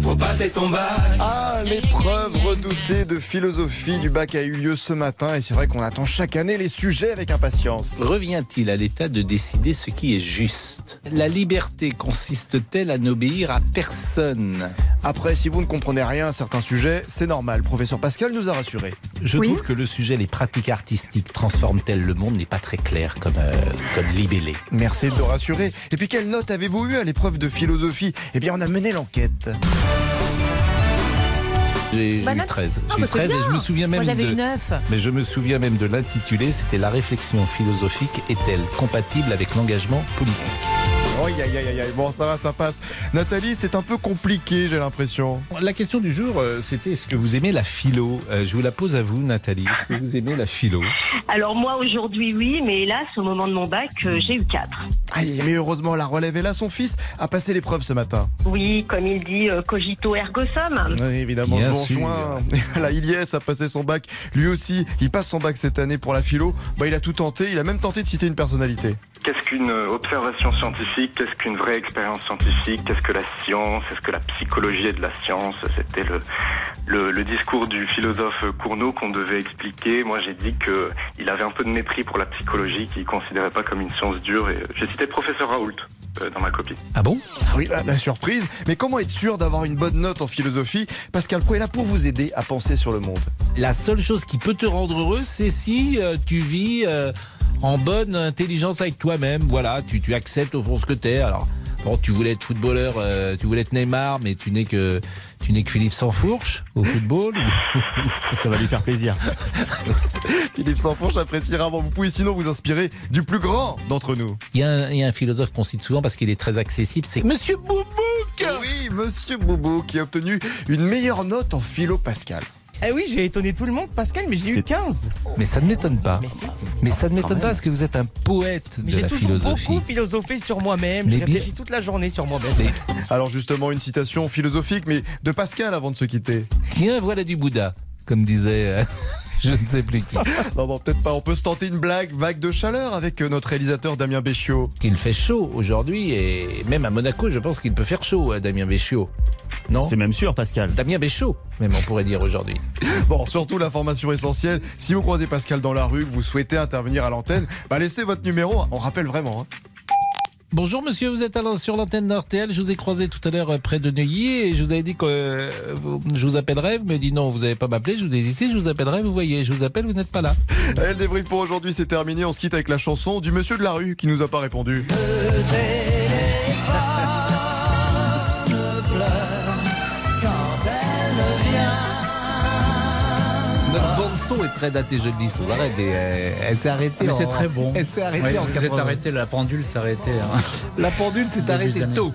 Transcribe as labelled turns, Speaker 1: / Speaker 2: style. Speaker 1: faut passer ton bac.
Speaker 2: Ah, l'épreuve redoutée de philosophie du bac a eu lieu ce matin et c'est vrai qu'on attend chaque année les sujets avec impatience.
Speaker 3: Revient-il à l'État de décider ce qui est juste La liberté consiste-t-elle à n'obéir à personne
Speaker 2: Après, si vous ne comprenez rien à certains sujets, c'est normal. Professeur Pascal nous a rassurés.
Speaker 3: Je
Speaker 4: Oui.
Speaker 3: trouve que le sujet les pratiques artistiques transforment-elles le monde n'est pas très clair comme, euh, comme libellé.
Speaker 2: Merci de nous rassurer. Et puis, quelle note avez-vous eu à l'épreuve de philosophie Eh bien, on a mené l'enquête.
Speaker 5: J'ai
Speaker 4: Bah,
Speaker 5: j'ai eu
Speaker 4: note-
Speaker 5: 13.
Speaker 4: Ah,
Speaker 5: J'ai eu
Speaker 4: bah, c'est
Speaker 5: 13 et je
Speaker 4: bien.
Speaker 5: me souviens
Speaker 4: Moi
Speaker 5: même
Speaker 4: j'avais
Speaker 5: de...
Speaker 4: eu 9.
Speaker 5: Mais je me souviens même de l'intitulé, c'était La réflexion philosophique est-elle compatible avec l'engagement politique
Speaker 2: Oh, aïe, aïe, aïe, aïe. Bon, ça va, ça passe. Nathalie, c'était un peu compliqué, j'ai l'impression.
Speaker 5: La question du jour, euh, c'était est-ce que vous aimez la philo Euh, Je vous la pose à vous, Nathalie. Est-ce que vous aimez la philo
Speaker 6: Alors moi aujourd'hui oui, mais hélas au moment de mon bac euh, j'ai eu 4.
Speaker 2: Aïe, mais heureusement, la relève est là. Son fils a passé l'épreuve ce matin.
Speaker 6: Oui, comme il dit, euh, cogito ergo sum.
Speaker 2: Oui, évidemment,
Speaker 5: Bien
Speaker 2: je vous
Speaker 5: sûr.
Speaker 2: rejoins. Voilà, Iliès a passé son bac. Lui aussi, il passe son bac cette année pour la philo. Bah, il a tout tenté. Il a même tenté de citer une personnalité.
Speaker 7: Qu'est-ce qu'une euh, observation scientifique Qu'est-ce qu'une vraie expérience scientifique Qu'est-ce que la science Est-ce que la psychologie est de la science C'était le, le, le discours du philosophe Cournot qu'on devait expliquer. Moi, j'ai dit que il avait un peu de mépris pour la psychologie, qu'il considérait pas comme une science dure. Et j'ai cité le professeur Raoult euh, dans ma copie.
Speaker 5: Ah bon
Speaker 2: Ah oui, la, la surprise. Mais comment être sûr d'avoir une bonne note en philosophie Pascal Pro est là pour vous aider à penser sur le monde.
Speaker 3: La seule chose qui peut te rendre heureux, c'est si euh, tu vis euh, en bonne intelligence avec toi-même. Voilà, tu, tu acceptes au fond ce que t'es. Alors, bon, tu voulais être footballeur, euh, tu voulais être Neymar, mais tu n'es que tu n'es que Philippe Sansfourche au football.
Speaker 2: Ça va lui faire plaisir. Philippe Sanfonche appréciera. Bon, vous pouvez sinon vous inspirer du plus grand d'entre nous.
Speaker 3: Il y, a un, il y a un philosophe qu'on cite souvent parce qu'il est très accessible, c'est Monsieur Boubouk.
Speaker 2: Oui, Monsieur Boubou qui a obtenu une meilleure note en philo Pascal.
Speaker 8: Eh oui, j'ai étonné tout le monde, Pascal, mais j'ai eu 15.
Speaker 3: Mais ça ne m'étonne pas.
Speaker 8: Mais si,
Speaker 3: Mais ça ne m'étonne pas parce que vous êtes un poète
Speaker 8: mais
Speaker 3: de
Speaker 8: j'ai
Speaker 3: la
Speaker 8: toujours
Speaker 3: philosophie.
Speaker 8: beaucoup philosophé sur moi-même.
Speaker 3: Mais
Speaker 8: J'ai
Speaker 3: bien-
Speaker 8: réfléchi toute la journée sur moi-même.
Speaker 2: Alors justement, une citation philosophique, mais de Pascal avant de se quitter.
Speaker 3: Tiens, voilà du Bouddha, comme disait euh, je ne sais plus qui.
Speaker 2: Non, bon, peut-être pas. On peut se tenter une blague vague de chaleur avec euh, notre réalisateur Damien Béchiot.
Speaker 3: Qu'il fait chaud aujourd'hui et même à Monaco, je pense qu'il peut faire chaud, hein, Damien Béchiot. Non
Speaker 9: même sûr, Pascal.
Speaker 3: Damien Béchaud, même on pourrait dire aujourd'hui.
Speaker 2: Bon, surtout l'information essentielle. Si vous croisez Pascal dans la rue, que vous souhaitez intervenir à l'antenne, bah laissez votre numéro. On rappelle vraiment. hein.
Speaker 3: Bonjour monsieur, vous êtes à l'an- sur l'antenne d'RTL. Je vous ai croisé tout à l'heure euh, près de Neuilly et je vous avais dit que euh, vous- je vous appellerai. Vous me dit non, vous n'avez pas m'appeler. Je vous ai dit si, je vous appellerai. Vous voyez, je vous appelle, vous n'êtes pas là.
Speaker 2: Allez, le débrief pour aujourd'hui, c'est terminé. On se quitte avec la chanson du monsieur de la rue qui nous a pas répondu.
Speaker 3: Notre bande son est très datée, je le dis sans arrêt, mais euh, elle s'est arrêtée.
Speaker 10: Ah, Mais
Speaker 3: en-
Speaker 10: c'est très bon.
Speaker 3: Elle s'est arrêtée
Speaker 10: Ouais,
Speaker 3: en
Speaker 10: vous êtes
Speaker 3: 80.
Speaker 10: arrêté, la pendule s'est arrêtée. hein.
Speaker 3: La pendule s'est
Speaker 10: Début
Speaker 3: arrêtée
Speaker 10: des années.
Speaker 3: tôt.